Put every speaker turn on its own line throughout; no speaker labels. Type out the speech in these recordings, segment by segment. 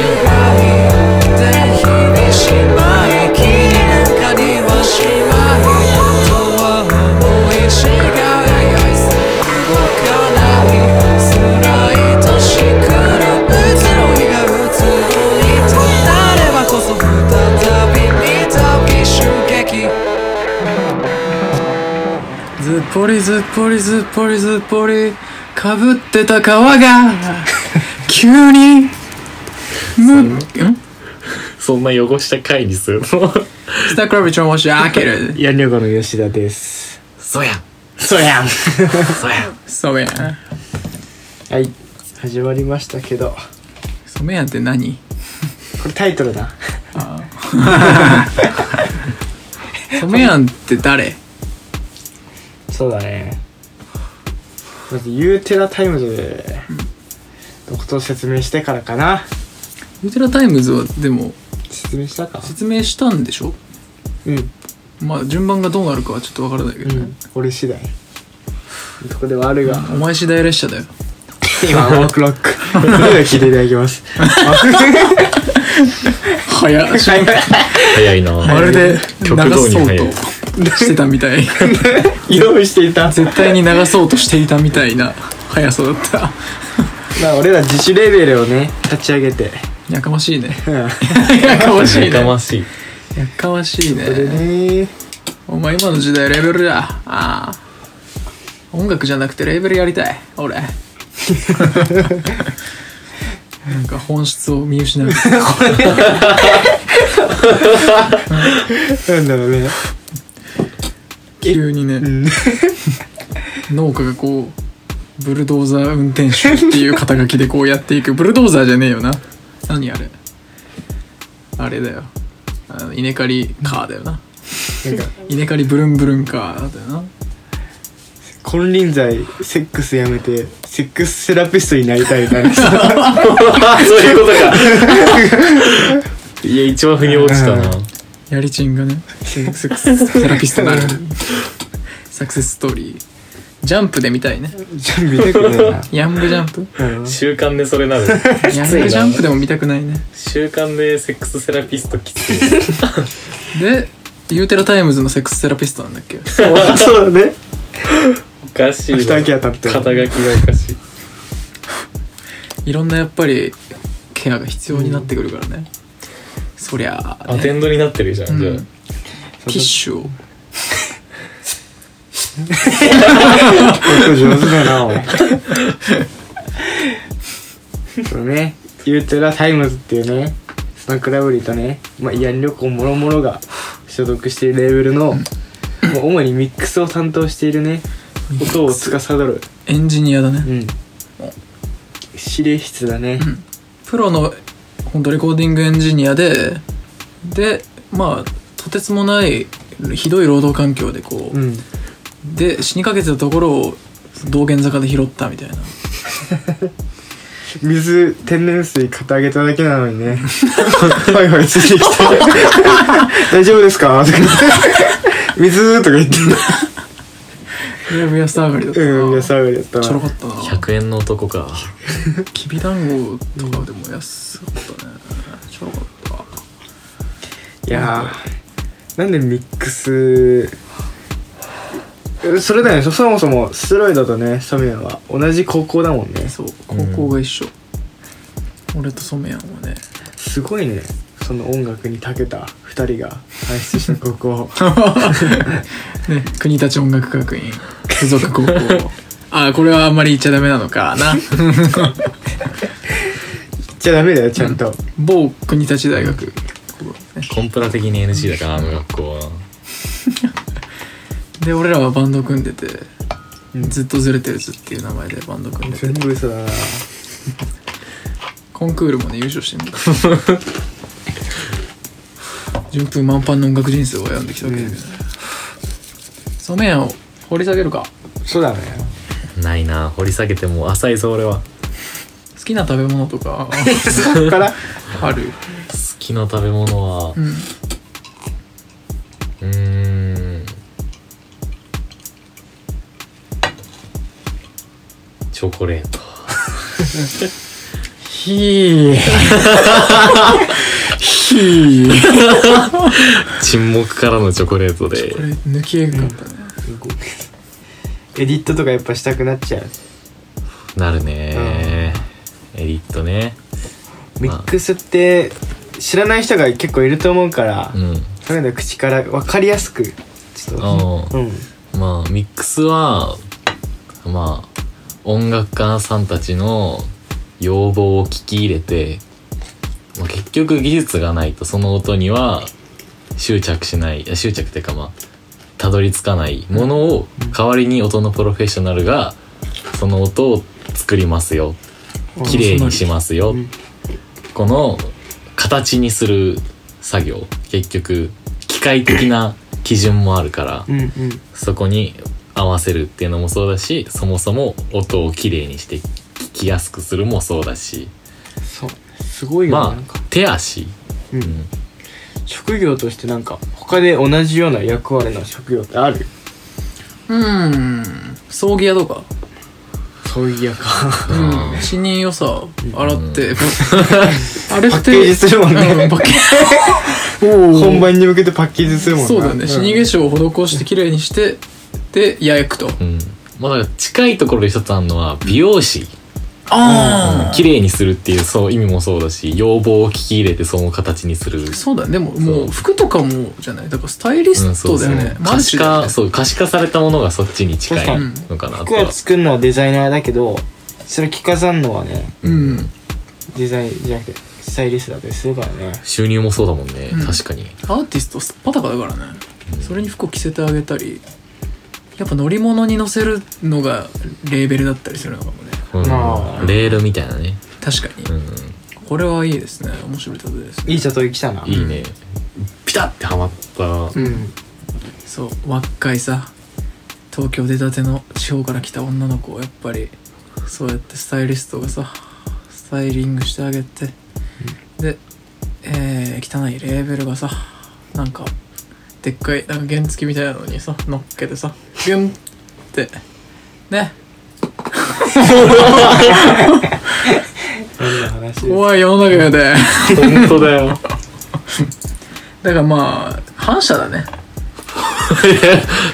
ないで日々しまいきりなんかにはしない本当は思い違い動かない辛いとしくるうつろいがうつろいとなればこそ再び再び襲撃ずっぽりずっぽりずっぽりずっぽりかぶってた皮が急にむん
そんな汚した回にす るの
スタクラビちょんもし開ける
ヤンニョゴの吉田です
そうやん
そう やん
そうやん
そうやん
はい始まりましたけど
そうやんって何
これタイトルだ
そうやんって誰
そうだねまずユーテラタイムズのことを説明してからかな
ユーテラタイムズはでも
説明したか
説明したんでしょ
うん
まあ順番がどうなるかはちょっとわからないけ
う
ど、ね
ん俺次第とこではあるが
お前次第列車だよ
今ワークロックそれでは聞いていただきます
早っ
早いな
まるで流
極道に
そう
早い
としてたみたい
用意していた
絶対に流そうとしていたみたいな速さだった
まあ俺ら自主レベルをね立ち上げて
やかましいね
うん
やかましいね
やかましい
やかましい
それで
ね
ね
お前今の時代レベルだああ音楽じゃなくてレーベルやりたい 俺なんか本質を見失う
なんだろうね
急にね、農家がこうブルドーザー運転手っていう肩書きでこうやっていくブルドーザーじゃねえよな何あれあれだよあの稲刈りカーだよな
なんか
稲刈りブルンブルンカーだよな
金輪際セックスやめてセックスセラピストになりたいみたい な
あそういうことかいや一番腑に落ちたな
やりちんが ねセックスセラピストになるサクセスストーリージャンプで見たいね
じゃあ見たくないな
ヤングジャン プ
うん
習慣でそれなる
ヤングジャンプでも見たくないね
習慣でセックスセラピストきつい
でユーテラタイムズのセックスセラピストなんだっ け
そうだね
おかしい
二
わ
開き当たって
肩書きがおかしい
いろんなやっぱりケアが必要になってくるからね、そりゃあ、
ア
ね、
テンドになってるじゃん、
うん
じゃあ
ティッシュを
僕上手だな俺そうねユーテラタイムズっていうねスナックラブリーとね、まあ、慰安旅行もろもろが所属しているレーベルの、まあ、主にミックスを担当しているね音を司る、
エンジニアだね
うん、指令室だね、
プロの本当レコーディングエンジニアででまあとてつもないひどい労働環境でこう、
うん、
で死にかけてたところを道玄坂で拾ったみたいな
水天然水買ってあげただけなのに ねはいはいついてきて「大丈夫ですか?」とか言って「水」とか言って
いやぶやさ上がりだったな、
うん安
ち
上がりだった
ょろ
な
かったな
100円の男か
きびだんごとかでも安かったねちょろかった
いやーなんでミックスそれだよねそそもそもステロイドとねサミュエルは同じ高校だもんね
そう高校が一緒、俺とソメヤンは ね
すごいねその音楽に長けた二人が輩出した高校
ね国立音楽学院附属高校あこれはあんまり言っちゃダメなのかな
じゃあダメだよちゃんと、
某国立大学ここね
コンプラ的に NG だからあの学校は
で俺らはバンド組んでて、
うん
ずっとずれてるずっていう名前でバンド組んで
全
て
部嘘だな
コンクールもね優勝してみた 順風満帆の音楽人生を歩んできたわけだけどね、ソメヤンを掘り下げるか
そうだね
ないな掘り下げても浅いぞ俺は好
好きな食べ物とか
そこ から
ある
きな食べ物は
うん
うーんチョコレート
ひー
ひー
沈黙からのチョコレートで
これ抜きえぐかったね
エディットとかやっぱしたくなっちゃう
なるねエリットね
ミックスって知らない人が結構いると思うから、
うん
そういうの口から分かりやすくちょっと
あ
うん
まあミックスはまあ音楽家さんたちの要望を聞き入れて、まあ、結局技術がないとその音には執着しないいや執着っていうかまあたどり着かないものを代わりに音のプロフェッショナルがその音を作りますよ綺麗にしますよ、
うん
この形にする作業結局機械的な基準もあるから、
うんうん
そこに合わせるっていうのもそうだしそもそも音をきれいにして聞きやすくするもそうだし
そうすごいよね、
ま
なん
あ
か、
手足、
う、
うんん
職業としてなんか他で同じような役割の職業ってある
うーん葬儀屋とか
そういやか
うん死人をさ 洗って、あれって
パッケージするもんね
うんパッケージ
本番に向けてパッケージするもんな
そうだよね死に化粧を施して綺麗にしてで焼くと
うん、まあだから近いところで一つあるのは美容師
あ
きれいにするっていうそう意味もそうだし要望を聞き入れてその形にする
そうだねでも
う
もう服とかもじゃないだからスタイリストだよね、
うん
マ
可
ル
視
チだよ
化
ね
そう可視化されたものがそっちに近いのかなと
服
は
は作るのはデザイナーだけどそれ着飾るのはね
うん
デザインじゃなくてスタイリストだったりするからね
収入もそうだもんね、
うん
確かに
アーティストすっぱだかだからね、それに服を着せてあげたりやっぱ乗り物に乗せるのがレーベルだったりするのかもね
うん
あー
レールみたいなね、
確かに、
う、
これはいいですね面白い例えですね
いい例え来たなん
いいねピタッてはまった
うん
そう若いさ東京出たての地方から来た女の子をやっぱりそうやってスタイリストがさスタイリングしてあげてで、えー汚いレーベルがさなんかでっかいなんか原付みたいなのにさ乗っけてさビュンってね
何の話です
怖い世の中やで
本当だよ
だからまあ反射だね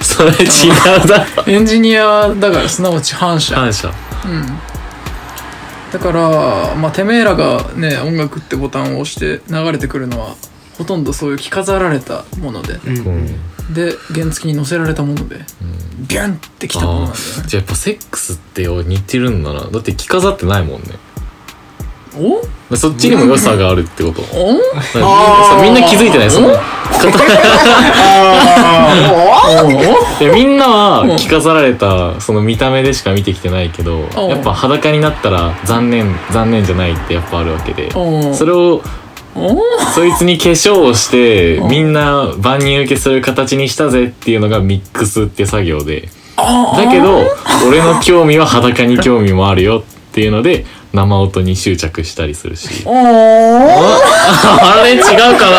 それ違うだろ
エンジニアだからすなわち反射
感謝
だから、まあ、てめえらがね音楽ってボタンを押して流れてくるのはほとんどそういう着飾られたもので
うん
うん
で原付に乗せられたもので、ビュンってきたものなん
あ
だ
ーじゃあやっぱセックスって似てるんだなだって着飾ってないもんね
よね
そっちにも良さがあるってこと
おお
さみんな気づいてないそのいやみんなは着飾られたその見た目でしか見てきてないけど
うん
やっぱ裸になったら残念残念じゃないってやっぱあるわけで
うん
それを
おお
そいつに化粧をしてみんな万人受けする形にしたぜっていうのがミックスって作業でだけど俺の興味は裸に興味もあるよっていうので生音に執着したりするし あれ違うかな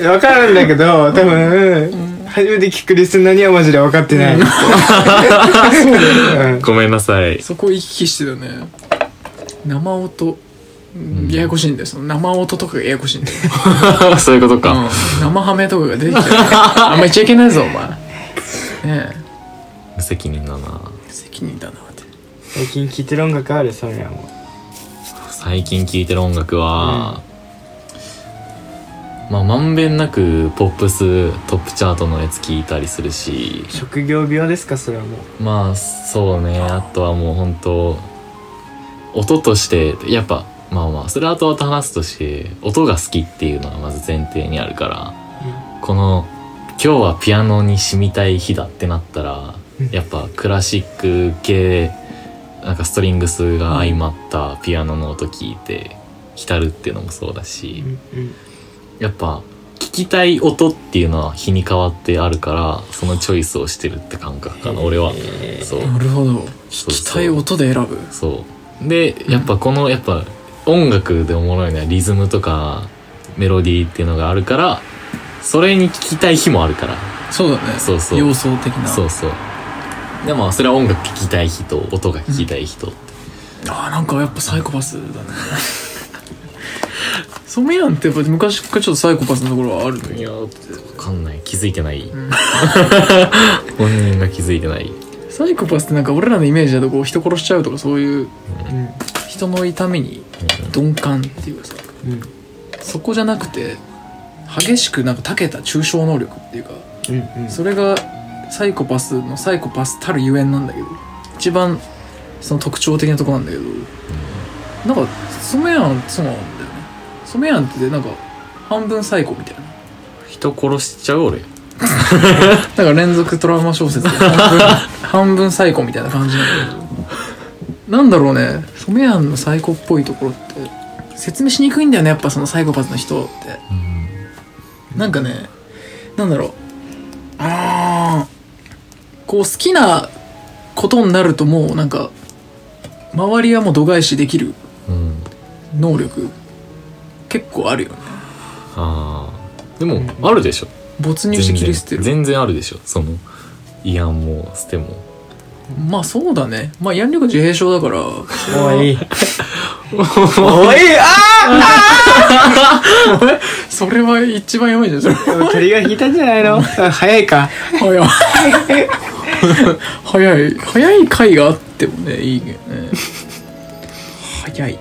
い
やわかるんだけど多分、初めて聞くリスナーにはマジで分かってない、うん
ごめんなさい
そこ行き来してたよね生音ややこしいんだよその生音とかがややこしいんだよ、
そういうこと
う
か、
ん、生ハメとかが出てきたよ あんま言っちゃいけないぞお前ねえ
無責任だな
責任だなって
最近聴いてる音楽あるそれはも
最近聴いてる音楽は、まあまんべんなくポップストップチャートのやつ聴いたりするし
う職業病ですかそれはもう
まあそうねあとはもう本当音としてやっぱまあまあそれ後々話すとして音が好きっていうのがまず前提にあるから、この「今日はピアノに染みたい日だ」ってなったら、
うん
やっぱクラシック系なんかストリングスが相まったピアノの音聞いて浸るっていうのもそうだし。
うん
やっぱ聞きたい音っていうのは日に変わってあるからそのチョイスをしてるって感覚かな俺はそう
なるほど
そ
聞
う
きたい音で選ぶ
そうでやっぱこのやっぱ音楽でおもろいのはリズムとかメロディーっていうのがあるからそれに聞きたい日もあるから
そうだね
そうそう
様相的な
そうそうでもそれは音楽聴きたい人音が聴きたい人って、
あーなんかやっぱサイコパスだねソメヤンってやっぱ昔からちょっとサイコパスのところはあるの
い
よ
やわかんない気づいてない、 本人が気づいてない
サイコパスってなんか俺らのイメージだとこう人殺しちゃうとかそういう人の痛みに鈍感っていうかさ
うん
そこじゃなくて激しくなんか長けた抽象能力っていうか
うん
それがサイコパスのサイコパスたるゆえんなんだけど一番その特徴的なとこなんだけど、なんか染谷庵そうなんだよね染谷庵ってなんか半分サイコみたいな
人殺しちゃう俺
なんか連続トラウマ小説 で半分半分サイコみたいな感じなんだけどなんだろうね染谷庵のサイコっぽいところって説明しにくいんだよねやっぱそのサイコパスの人ってなんかね、なんだろう。あーこう好きなことになるともうなんか、周りはもう度外視できる
うん、うん、
能力、結構あるよね。
ああでも、あるでしょ
没入して
全
切
然
り捨てる。
全然あるでしょその慰安も捨ても
まあそうだね。まあ、ヤンリョク自閉症だから、
おいお いあ
それは一番やばいんじゃないそれ
ー鳥が引いたんじゃないのあ 早いか
早 い。早い。早い回があってもね、いいけどね。早い。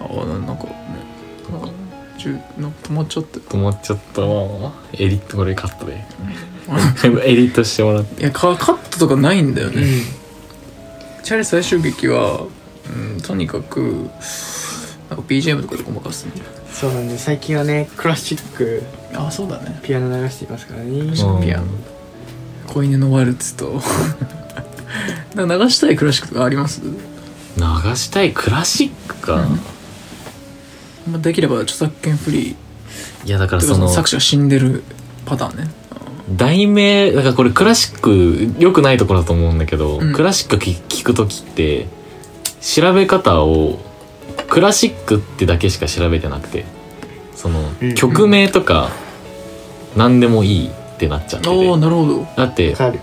ああ、ななんかね、なんか、ちゅなんか止まっちゃって。
止まっちゃったわエディットこれカットでエディットしてもらって
いやカカットとかないんだよね、チャレ最終劇は、うん、とにかくなんか BGM とかでごまかすみたい
そうなんで最近はねクラシック
なあそうだね
ピアノ流していますからね
うん
ピアノ子犬のワルツと なんか流したいクラシックとかあります、
流したいクラシックか、
まあ、できれば著作権フリー
いやだから
てか
そ
その
の
作者死んでるパターンね
題名だからこれクラシック良くないところだと思うんだけど、
うん
クラシックき聞く時って調べ方をクラシックってだけしか調べてなくてその、
うん
曲名とか何でもいいってなっちゃってて
おおなるほど
だって
わかる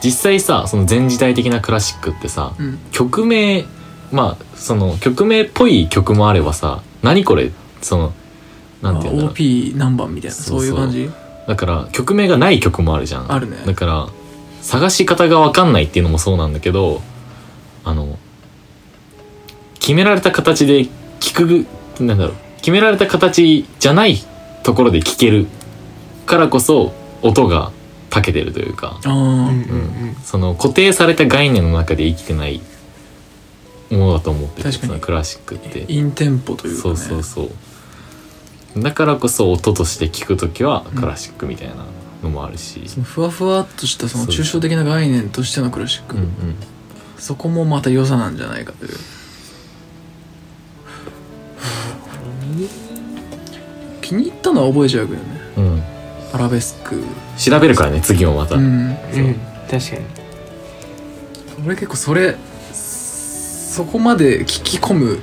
実際さその前時代的なクラシックってさ、
うん
曲名まあその曲名っぽい曲もあればさ何これその
あ
なんて言うんだろう
OP 何番みたいなそういう感じ
だから曲名がない曲もあるじゃん
あるね
だから探し方が分かんないっていうのもそうなんだけどあの決められた形で聞くなんだろう決められた形じゃないところで聞けるからこそ音が長けてるというか
ああ、
うん
うんその固定された概念の中で生きてないものだと思ってて
確かに
そのクラシックって
インテンポというか、
そう
ね、
そうそうだからこそ音として聞く時はクラシックみたいなのもあるし、
そのふわふわっとしたその抽象的な概念としてのクラシック、
うんうん
そこもまた良さなんじゃないかという気に入ったのは覚えちゃうけどね
うん
アラベスク
調べるからね次もまた、
うん
うんうん確かに
俺結構それそこまで聞き込む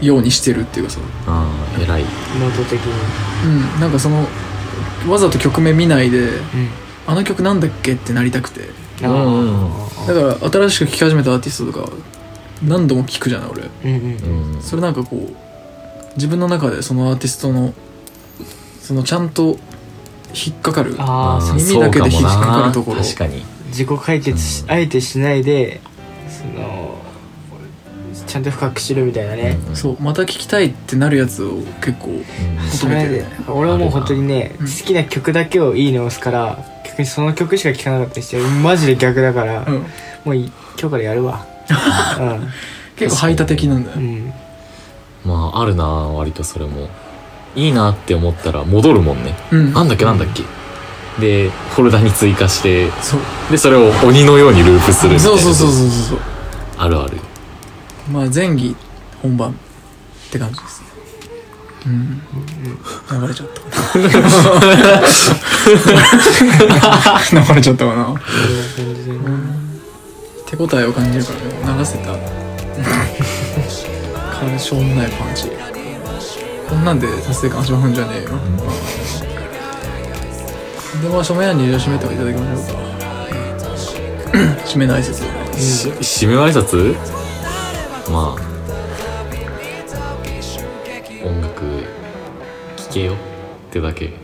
ようにしてるっていうかさ
ああ偉い
能動的に
うんなんかそのわざと曲名見ないで
うん
あの曲なんだっけってなりたくて
うんうん
だから新しく聴き始めたアーティストとか何度も聴くじゃない俺
うんうん
うん
それなんかこう自分の中でそのアーティストのそのちゃんと引っかかる
ああ
ー
そ
耳
そう
だけで
もな
引っかかるところ
確かに
自己解決しあえてしないでそのちゃんと深く知るみたいなね、
そうまた聴きたいってなるやつを結構
それで俺はもう本当にね
うん
好きな曲だけをいいね押すから逆にその曲しか聴かなかったりしてマジで逆だから、
うん
もういい今日からや るわ
結構排他的なんだ
う
よ
ん、うん、
まああるな割とそれもいいなって思ったら戻るもんね、
うん
なんだっけなんだっけでフォルダに追加して
そう
でそれを鬼のようにループするみたい
そう
な
そうそうそうそう
あるある
まあ前儀本番って感じですねうん流れちゃったかな流れちゃったかな
そんな感じで
手応えを感じるからね流せた感しょうもないパンチこんなんで達成感始まるんじゃねえよ、でまあ署名案にじゃあ締めていただきましょうか締めの挨拶を
し締めの挨拶まあ音楽聴けよってだけ